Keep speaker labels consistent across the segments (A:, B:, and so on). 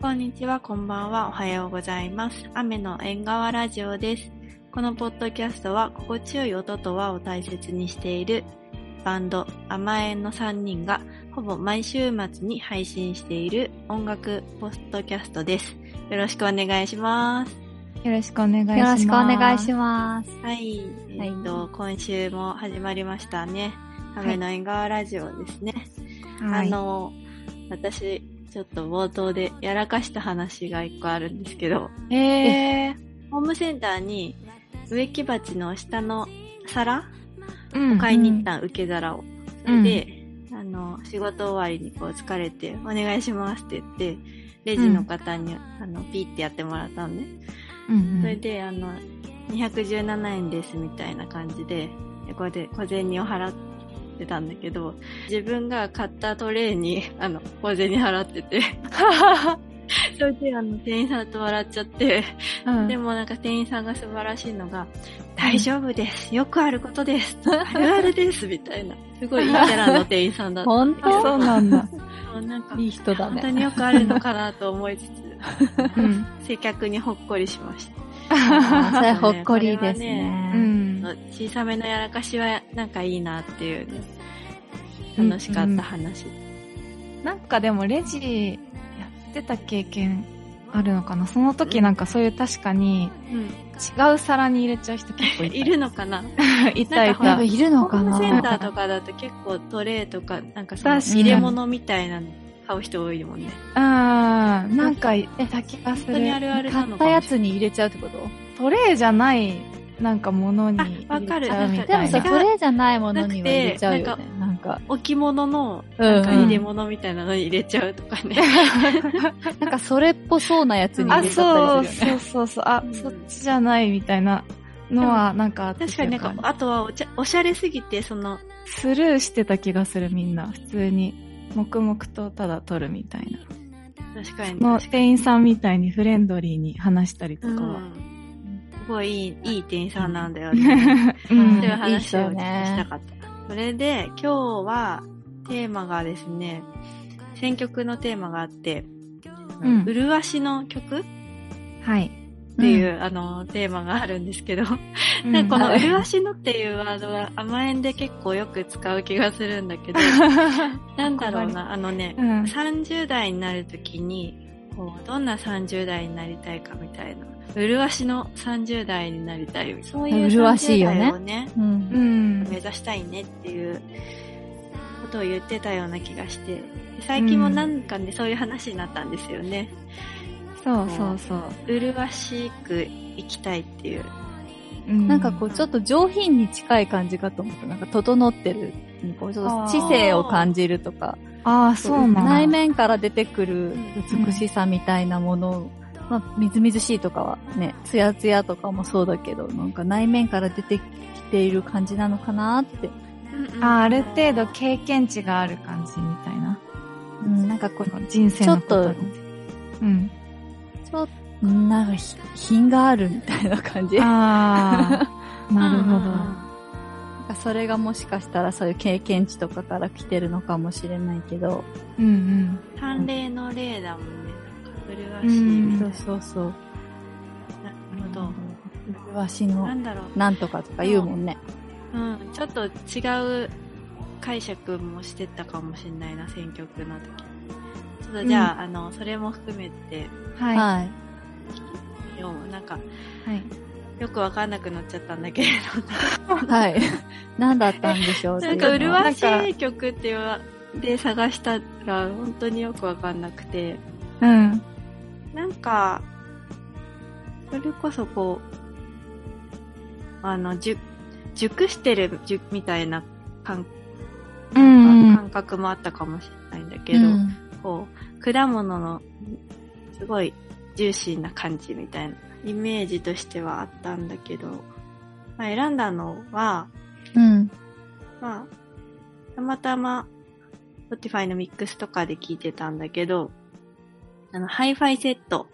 A: こんにちは、こんばんは、おはようございます。雨の縁側ラジオです。このポッドキャストは、心地よい音と和を大切にしているバンド、甘えんの3人が、ほぼ毎週末に配信している音楽ポッドキャストです。よろしくお願いします。
B: よろしくお願いします。
C: よろしくお願いします。
A: はい。えっと、今週も始まりましたね。雨の縁側ラジオですね。
B: す。はい、
A: あの、私、ちょっと冒頭でやらかした話が一個あるんですけど、
B: え
A: ホームセンターに植木鉢の下の皿
B: ー、
A: 買いに行ったん、受け皿を。そ
B: うん
A: れで、あの、仕事終わりにこう疲れて、お願いしますって言って、レジの方に、あの、ピーってやってもらったんで、
B: うん。うんうん
A: それで、あの、217円ですみたいな感じで、でこれで小銭を払ってたんだけど、自分が買ったトレイに、あの、小銭払ってて、 それで、あの、店員さんと笑っちゃって、
B: うん
A: でもなんか店員さんが素晴らしいのが、大丈夫です。よくあることです。 あるあるです。みたいな。すごいいいキャラの店員さんだった。
C: 本
B: あそうな んだ。
A: そうなんか、
C: いい人だ
A: 本当に
C: ね。
A: よくあるのかなと思いつ
B: うん。
A: つ、接客にほっこりしました。
C: あーそれほっこりで
B: う
C: すね。
B: ん。
A: 小さめのやらかしはなんかいいなっていうね、
B: うん
A: 楽しかった話。
B: なんかでもレジやってた経験あるのかなその時なんかそういう確かに違う皿に入れちゃう人結構いた。
A: いるのかな
B: いたい
A: なんか
B: た
C: 多。分いるの
A: ホ
C: か
A: ームセン
C: な
A: ターとかだと結構トレイとか、なんかその
B: 確かに
A: 入れ物みたいなの買う人多いもんね。
B: あーなんかいた気がす
A: 本当にあ
B: る。
A: るあるな
C: 買
A: の
C: っ
A: か
C: た
A: も
C: や
A: しれない
C: つに入れちゃうってこと
B: トレイじゃない、なんかものに
A: あ
B: 入
A: わか
B: れ
A: る
B: ちゃうみ
C: で
B: た
C: も
B: い
C: さ、
B: な。
C: トレイじゃないものには入れちゃうよ
A: なく
C: ね。なんか、
A: 置物の
C: う
A: なんか入
C: ん。
A: れ物みたいなのに入れちゃうとかね。
C: なんか、それっぽそうなやつに入
B: あ、
C: れちゃ
B: そう、
C: ったりする
B: そ
C: よね。
B: うそうそう。あ
A: う、ん
B: そっちじゃないみたいなのは、なんかあった
A: 確かになんか、あとはおちゃおしゃれすぎて、その、
B: スルーしてた気がするみんな普通に黙々とただ撮るみたいな
A: 確かに。
B: の
A: 確か
B: 店員さんみたいにフレンドリーに話したりと
A: に
B: か
A: う
B: は、
A: んすごいいい、いい店員さんなんだよね。
B: う
C: うん
A: そ
B: ん
A: ういう話を
C: いい人よ
A: ちょっと
C: ね
A: したかった。それで、今日は、テーマがですね、選曲のテーマがあって、
B: うん
A: 麗しの曲っ
B: はい、
A: ていう、あの、テーマがあるんですけど、なんかこの、
C: はい
A: 麗しのっていうワードは甘えんで結構よく使う気がするんだけど、なんだろうな、あのね、
B: うん、うん
A: 30代になるときにこうどんな30代になりたいかみたいな麗しの30代になりたいそういう
C: 麗し
A: 30
C: いよね
A: 代をね
C: うん
B: うん
A: 目指したいねっていうことを言ってたような気がして最近もなんかね、そういう話になったんですよね
B: そうそうそう、
A: 麗しく生きたいっていう
B: うん
C: なんかこう、ちょっと上品に近い感じかと思った。なんか、整ってる。こう、ちょっと知性を感じるとか。
B: ああそうなんだ
C: 内面から出てくる
B: うん
C: 美しさみたいなものを、まあ、みずみずしいとかはね、ツヤツヤとかもそうだけど、なんか内面から出てきている感じなのかなって。
B: あーある程度経験値がある感じみたいな
C: うん、なんかこう、
B: 人生のことに
C: ちょ
B: うん
C: ちょっと、なんかひ品があるみたいな感じ。なん
B: ああなるほど、
C: かそれがもしかしたらそういう経験値とかから来てるのかもしれないけど。
B: うんうん
A: 短麗の例だもんねなんか麗しいみた
C: そ
A: いう
C: そうそう。
A: な、なるほど
C: わし
A: な
C: の、
A: んだろう
C: なんとかとか言うもんね。
A: うん、ちょっと違う解釈もしてたかもしれないな、選曲の時。ちょっとじゃあ、あの、それも含めて、
B: はいは
C: はい。
A: ようなんか、
B: い
A: よくわかんなくなっちゃったんだけれ
C: はい。何だったんでしょう
A: ど、なんか、
C: るわ
A: 麗しい曲っていうわで探したら、本当によくわかんなくて、
B: うん
A: なんか、それこそこう、あの、熟、熟してる熟みたいな感
B: うん
A: 感覚もあったかもしれないんだけど、こう、果物の、すごいジューシーな感じみたいな、イメージとしてはあったんだけど、まあ、選んだのは、
C: うん。
A: まあ、たまたま、Spotify のミックスとかで聞いてたんだけど、あの、ハイファイセット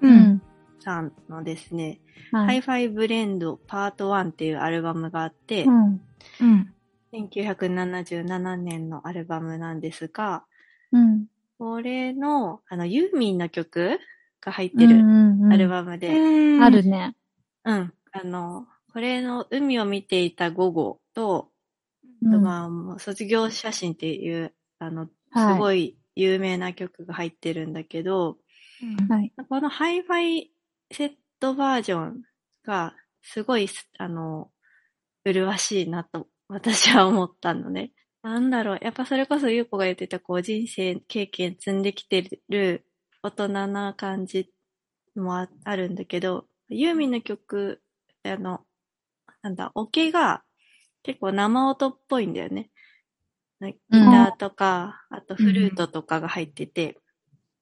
B: う
C: うんん。
A: さんのですね、
C: は
A: ハイ
C: い。
A: ファイブレンドパート1っていうアルバムがあって、
C: ん。
B: うん
A: 1977年のアルバムなんですが、
C: うん。
A: こそれの、あの、ユーミンの曲が入っ
C: う
A: てる
C: んうん
A: アルバムで、
B: うん
C: ある。ね。
A: うん。あの、これの海を見ていた午後と、
C: うん
A: まあ、もう卒業写真っていう、あの、す
C: はい
A: ごい有名な曲が入ってるんだけど、
B: うん
C: はい。
A: このハイファイセットバージョンが、すごいす、あの、麗しいなと、私は思ったのね。なんだろう、やっぱそれこそゆうこが言ってた、こう、人生経験積んできてる大人な感じもああるんだけど、ユーミンの曲、あの、なんだ、オケが結構生音っぽいんだよね。ギターとか、あとフルートとかが入ってて、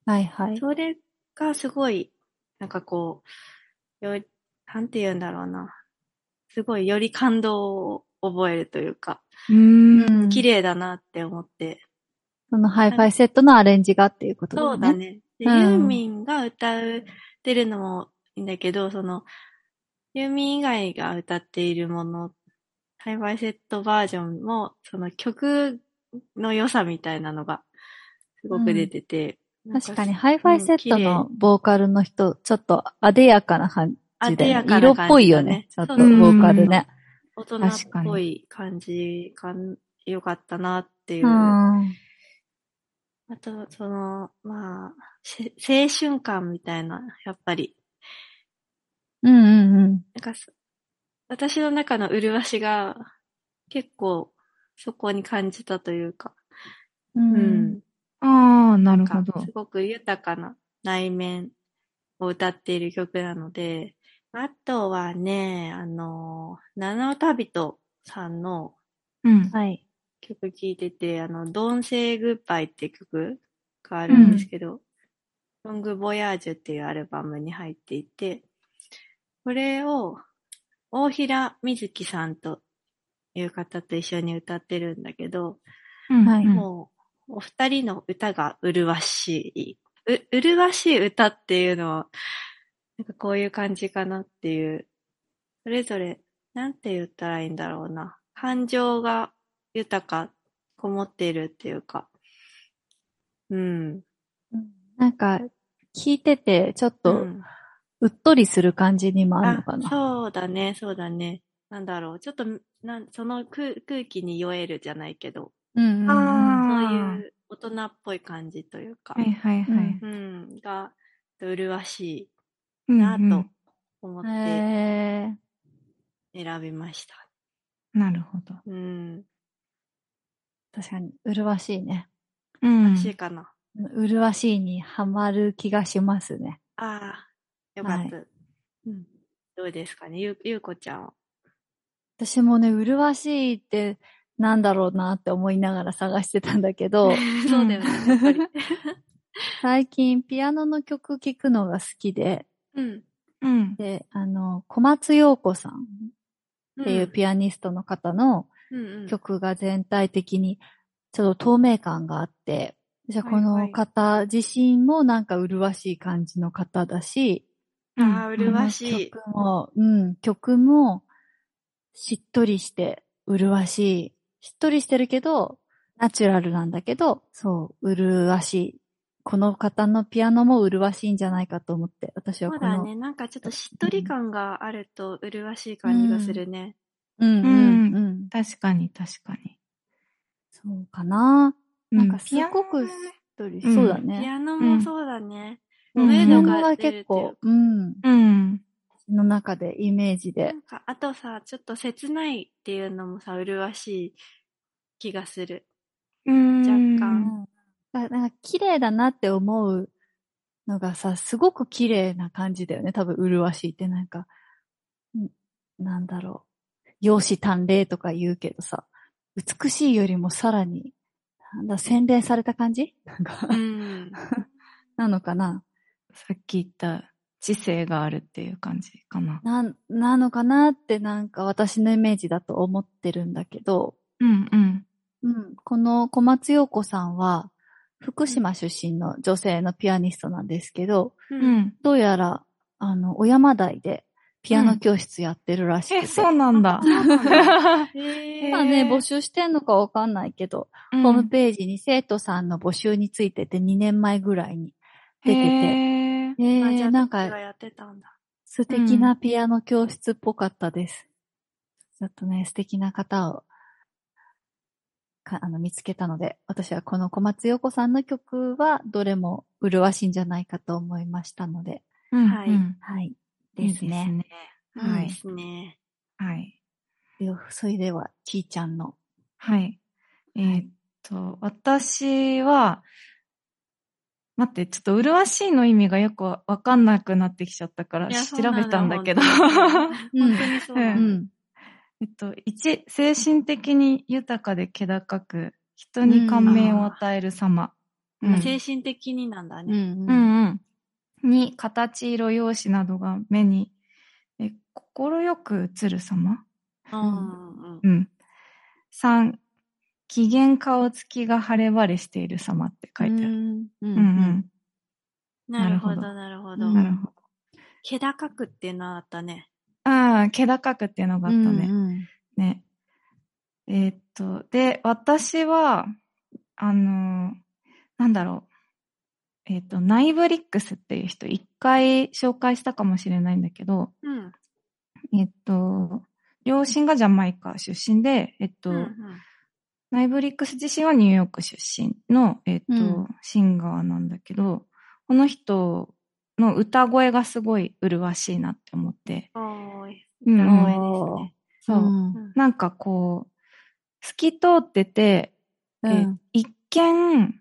C: はいはい。
A: それがすごい、なんかこう、より、なんて言うんだろうな。すごいより感動を覚えるというか、
B: うん。
A: 綺麗だなって思って。
C: そのハイファイセットのアレンジがっていうことだね。
A: そうだ。ね。でユ
C: うん
A: ーミンが歌ってるのもいいんだけど、その、ユーミン以外が歌っているもの、ハイバイセットバージョンも、その曲の良さみたいなのが、すごく出てて。なん
C: 確かに、ハイファイセットのボーカルの人、ちょっとあでやかな感じで、
A: 艶やかな感じだね
C: 色っぽいよね。ちょっと、ボ
A: そう
B: そう
C: ーカルね。
A: 大人っぽい感じが良かったなっていうう。あ
C: ん。
A: と、その、まあ、せ青春感みたいな、やっぱり。
C: うんうんうん。
A: なんかそ、私の中の麗しが結構そこに感じたというか。
C: う
A: うんん。
B: ああ、なる
A: な
B: ほ
A: んか
B: ど
A: す。ごく豊かな内面を歌っている曲なので、あとはね、あの、七尾旅人さんの
B: うん。
C: はい。
A: 曲聴いてて、あの、Don't Say Goodbye って曲があるんですけど、ロングボヤージュっていうアルバムに入っていて、これを大平瑞希さんという方と一緒に歌ってるんだけど、
B: うん
C: はい
B: うん
A: もう、お二人の歌が麗しい。う、麗しい歌っていうのは、なんかこういう感じかなっていう。それぞれ、なんて言ったらいいんだろうな。感情が豊か、こもっているっていうか。うん。
C: なんか、聞いてて、ちょっ
A: う
C: と、
A: ん
C: うっとりする感じにもあるのかな。
A: そうだね、そうだね。なんだろう。ちょっと、なんその空空気に酔えるじゃないけど、
C: うんうんうん
B: あ
A: そう
B: ー
A: いう大人っぽい感じというか。
B: はいはいはい。
A: うん、が、麗し
B: う
A: い
B: んうん
A: なと思って
C: へ
A: 選びました。
B: なるほど。
A: うん。
C: ー確かに、麗しいね。
B: うん
A: 欲しいかな。
C: 麗しいにハマる気がしますね。
A: ああ、よかった。
C: は
A: うん。どうですかねゆ、ゆうこちゃんは。
C: 私もね、麗しいって、なんだろうなって思いながら探してたんだけ ど、
A: そうだよね、やっぱり。
C: 最近ピアノの曲聴くのが好きで、
A: うん。
B: うん。
C: で、あの、小松洋子さんっていうピアニストの方の
A: うん
C: 曲が全体的にちょっと透明感があって、じゃあ
A: は
C: こ
A: いはい
C: の方自身もなんか麗しい感じの方だし、
A: ああ、
B: うん
A: 麗しい。
C: この曲も、うん、曲もしっとりして麗しい。しっとりしてるけど、ナチュラルなんだけど、そう、麗しい。この方のピアノも麗しいんじゃないかと思って、私は
A: そう
C: こ
A: だ
C: の、
A: ね。なんかちょっとしっとり感があると麗しい感じがするね。
C: うんうんうん。
B: 確かに確かに。
C: そうかな。
B: う
C: なんかすご
B: ピアノ
C: く
B: ね
C: しっとり、
B: うん
C: そうだ
A: ピ
C: ね。
A: アノもそうだね。
B: うん
A: 上
C: ピ
A: の
C: ア
A: が
C: ノは結構、うん、
B: うん。
C: の中でイメージ
A: な
C: で
A: ん。か、あとさ、ちょっと切ないっていうのもさ、麗しい気がする。
B: うん
A: 若干
C: だなんか綺麗だなって思うのがさ、すごく綺麗な感じだよね。多分、麗しいってなんか、んなんだろう。容姿端麗とか言うけどさ、美しいよりもさらに、なんだ、洗練された感じなんか、
A: うん。
C: なのかな
B: さっき言った知性があるっていう感じかな。
C: なん、なのかなってなんか私のイメージだと思ってるんだけど、
B: うんうん。
C: うん、この小松洋子さんは、福島出身の女性のピアニストなんですけど、
A: う。
B: うんん。
C: どうやら、あの、小山台で、ピアノ教室やってるらしくて。
B: え、そうなんだ。
A: え
C: 今ね、募集してんのかわかんないけど、
B: うん
C: ホームページに生徒さんの募集についてて2年前ぐらいに出てて。
B: へー
C: え
A: あじゃあ
C: ー、なん
A: どっちが
C: か
A: やってたんだ。
C: 素敵なピアノ教室っぽかったです。ちょっとね、素敵な方をかあの見つけたので、私はこの小松洋子さんの曲はどれも麗しいんじゃないかと思いましたので。
B: うん
A: はい
B: うん
C: はい。
B: いい
C: で
B: ですすね。
C: ね。
B: は
A: で
B: い。
A: すね。
B: はい。
C: よそれでは、ちーちゃんの。
B: はい。えーっと、私は、待って、ちょっと、麗しいの意味がよくわわかんなくなってきちゃったから、
A: いや
B: 調べたんだけど。
A: そうなんだよ
C: うん
A: 本当にそうな
C: う
A: の。
C: ん。
B: えっと、1、精神的に豊かで気高く、人に感銘を与える様。
C: うんあー
A: 精神的になんだ
C: うん。う。
A: ね。
B: うんんうん。に、形、色、容姿などが目に、え、心よく映る様
A: うんん。
B: うん。3、機嫌顔つきが晴れ晴れしている様って書いてある。
C: うん。う
B: うんうん
C: ん。。
A: なるほど、
B: な
A: なるほ
C: う
A: ど
C: ん。
B: なるほ
A: 気高くっていうのはあったね。
B: ど。ああ、気高くっていうのがあったね。
C: ね。
B: ね。えーっと、で、私は、あのーなんだろう。えーっと、ナイブリックスっていう人、一回紹介したかもしれないんだけど、
A: うん。
B: えーっと、両親がジャマイカ出身で、えーっと、
A: うん
B: ナイブリックス自身はニューヨーク出身の、えーっと、
C: うん
B: シンガーなんだけど、この人の歌声がすごい麗しいなって思って、
A: うんおーい。
B: うん
A: 歌声ですね。
B: そう、
C: うん
A: うん
B: なんかこう、透き通ってて、えー
C: うん
B: 一見、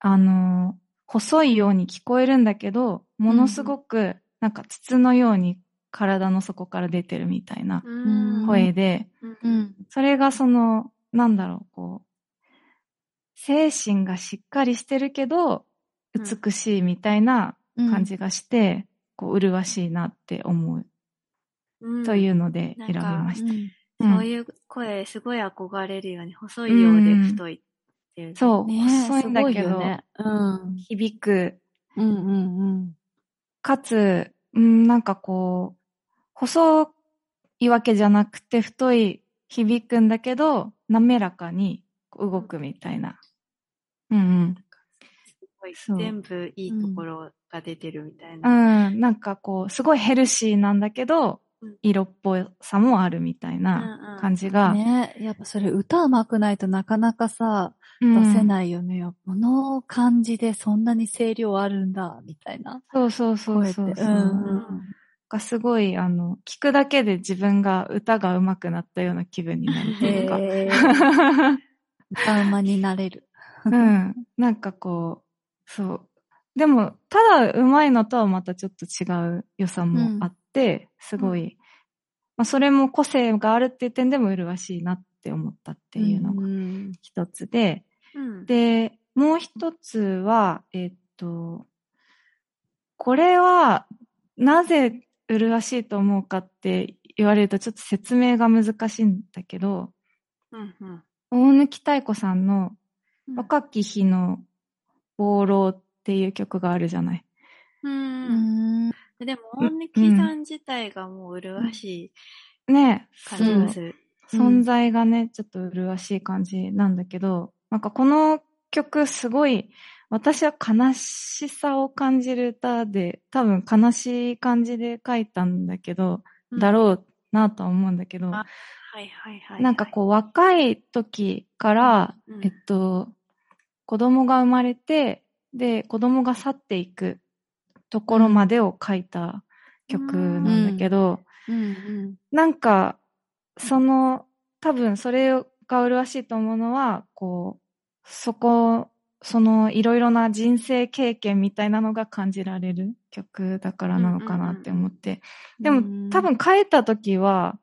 B: あのー細いように聞こえるんだけど、ものすごく、なんか筒のように体の底から出てるみたいな
A: うん
B: 声で、
A: うん
C: う。ん。
B: それがその、なんだろう、こう、精神がしっかりしてるけど、
A: うん
B: 美しいみたいな
C: うん
B: 感。じがして、こう、麗しいなって思う、
A: うん
B: というので選びました。
C: うん
B: うん
A: そういう声、すごい憧れるよね。細いようで太いっていう。
B: そう、
C: ね
B: 細いんだけ
C: すご
B: ど、
C: いよねうん。
B: 響く、
C: うんうん
B: かつ、うん、なんかこう、細いわけじゃなくて太い響くんだけど、滑らかに動くみたいな。うん
A: すごい
B: そう
A: 全部いいところが出てるみたい
B: うん。う
A: な。
B: ん、なんかこう、すごいヘルシーなんだけど
A: うん、
B: 色っぽさもあるみたいな
A: うんうん
B: 感じ
C: う
B: が。
C: ん。ねやっぱそれ歌うまくないとなかなかさ、
B: 出
C: 出せ
B: い。
C: ないよね。やっぱこの感じでそんなに声量あるんだ、みたいな。
B: そうそうそう
C: 声って。
B: そう。
C: うん
B: なんかすごい、あの、聞くだけで自分が歌が上手くなったような気分になるというか。
C: へー歌うまになれる。
B: うん。なんかこう、そう。でも、ただうまいのとはまたちょっと違う良さもあって、すごい、まあ、それも個性があるっていう点でも麗しいなって思ったっていうのが
C: ん
B: 一つで、
A: うん。
B: で、もう一つは、えっと、これは、なぜ麗しいと思うかって言われるとちょっと説明が難しいんだけど、
A: うんうん
B: 大貫妙子さんの
A: うん
B: 若き日の暴浪っていう曲があるじゃない。
A: う。
C: うんん。
A: でも、大貫さん自体がもう麗し
B: ね
A: い
B: え、
A: 感じが
B: そ
A: す
B: う
A: る。
B: 存在がね、ちょっと麗しい感じなんだけど、なんかこの曲すごい、私は悲しさを感じる歌で、多分悲しい感じで書いたんだけど、
A: うん
B: だろうなとは思うんだけど、
A: あはいはいはい。
B: なんかこう若い時から、
A: うん
B: えっと、子供が生まれて、で、子供が去っていくところまでを書いた曲なんだけど、
C: うん。
B: なんか、その、多分それが麗しいと思うのは、こう、そこ、そのいろいろな人生経験みたいなのが感じられる曲だからなのかなって思って。でも多分書いた時は、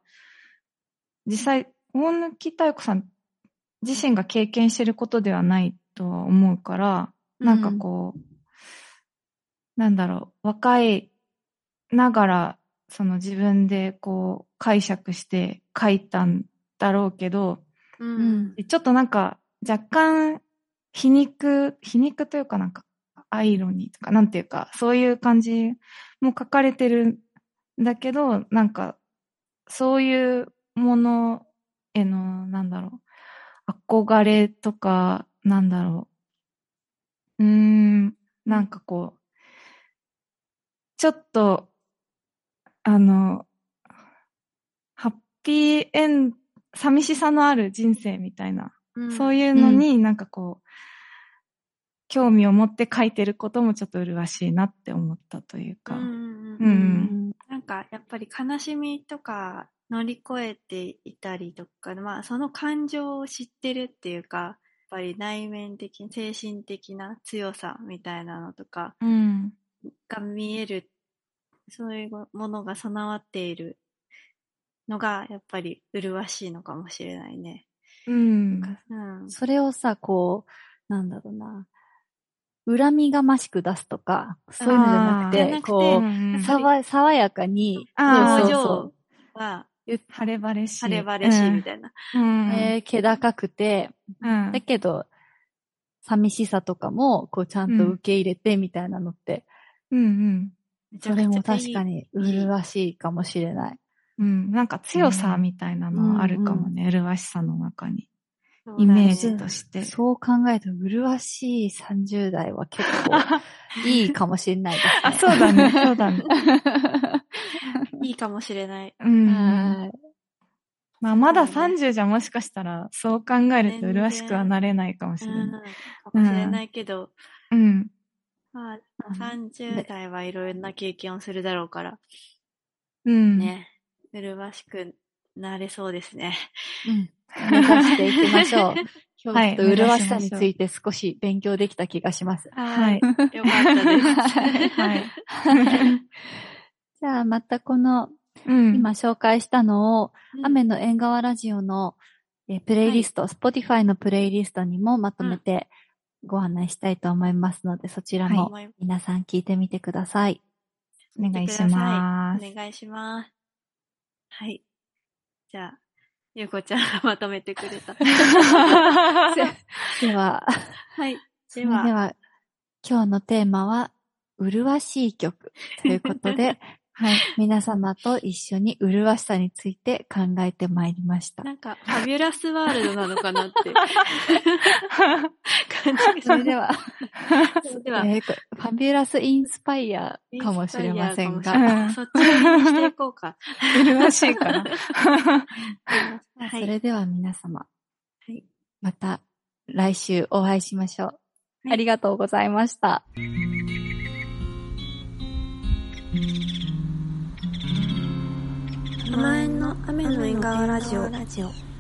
B: 実際、大貫妙子さん自身が経験してることではないとは思うから、なんかこう、なんだろう、若いながら、その自分でこう解釈して書いたんだろうけど、
A: う。
C: うん
B: ちょっとなんか若干皮肉、皮肉というかなんかアイロニーとかなんていうか、そういう感じも書かれてるだけど、なんか、そういうものへの、なんだろう、憧れとか、なんだろう。うーん、なんかこう、ちょっと、あの、ハッピーエン、寂しさのある人生みたいな、そう
A: い
B: いうのになんかこう、興味を持って書いてることもちょっと麗しいなって思ったというか。
A: うん
B: うん
A: なんかやっぱり悲しみとか乗り越えていたりとか、まあ、その感情を知ってるっていうかやっぱり内面的精神的な強さみたいなのとか
B: うん。
A: が見えるそういうものが備わっているのがやっぱり麗しいのかもしれないね。
B: うん。
A: うん、
C: それをさ、こう、なんだろうな、恨みがましく出すとか、そういうのじゃなく
B: あー
C: て、
A: じゃなくて
C: こう、
B: ん
C: さわ爽やかに、
B: あー
C: そう
A: 表
C: そう
A: 情
C: そ
A: は
B: 晴れ晴れしい。
A: 晴れ晴れしいみたいな。
B: うん。
C: う、えー気高くて、
B: うん
C: だけど、寂しさとかも、こう、ちゃんと受け入れてみたいなのって、
B: うん
A: めちゃくちゃい
C: それ
A: い
C: も確かに麗しいかもしれない。
B: うん。うん。なんか強さみたいなのはあるかもね。麗しさの中に。イメージとして。
C: そう考えると、麗しい30代は結構いいかもしれないです、ね。
B: あ、そうだね。そうだね。
A: いいかもしれない。
B: うん。
C: はい
B: まあ、まだ
A: そうね
B: 30じゃもしかしたら、そう考えると麗しくはなれないかもしれ
A: うん
B: ない。
A: かもしれないけど、
B: うん。
A: まあ、
C: うん
A: 30代はいろいろな経験をするだろうから、
B: うん。
A: ね、麗しくなれそうですね。
C: うん目指していきましょう。今
B: は
C: 日
B: い
C: ちょっと麗しさについて少し勉強できた気がします。
B: はい。
A: よかった です。
B: はい。
C: じゃあまたこの
B: うん。
C: 今紹介したのを、
A: うん
C: 雨の縁側ラジオのえープレイリスト、Spotify のプレイリストにもまとめてご案内したいと思いますので、そちらも
A: 思い
C: 皆さん聞いてみてください。
B: お願いしま
A: お
B: す。
A: 願いします。はい。じゃあ、ゆうこちゃんがまとめてくれた。 は
C: では、
A: い。
C: それ
A: で
C: で
A: は、
C: は今日のテーマは、麗しい曲ということで、
B: はい。
C: 皆様と一緒に麗しさについて考えてまいりまし た
A: な。んか、ファビュラスワールドなのかなって 感じがし
C: そ
A: ま
C: れ
A: す
C: では、
A: それでは、
C: えーこファビュラスインスパイアかもしれません
B: インスパイ
C: が、
B: ア
A: うんそっちにしていこうか。
B: 麗しいか な。
A: は
C: そ
A: い。
C: れでは皆様、
A: はい
C: また来週お会いしましょう。ありがとうございました。
A: 前の雨の縁側ラジオ。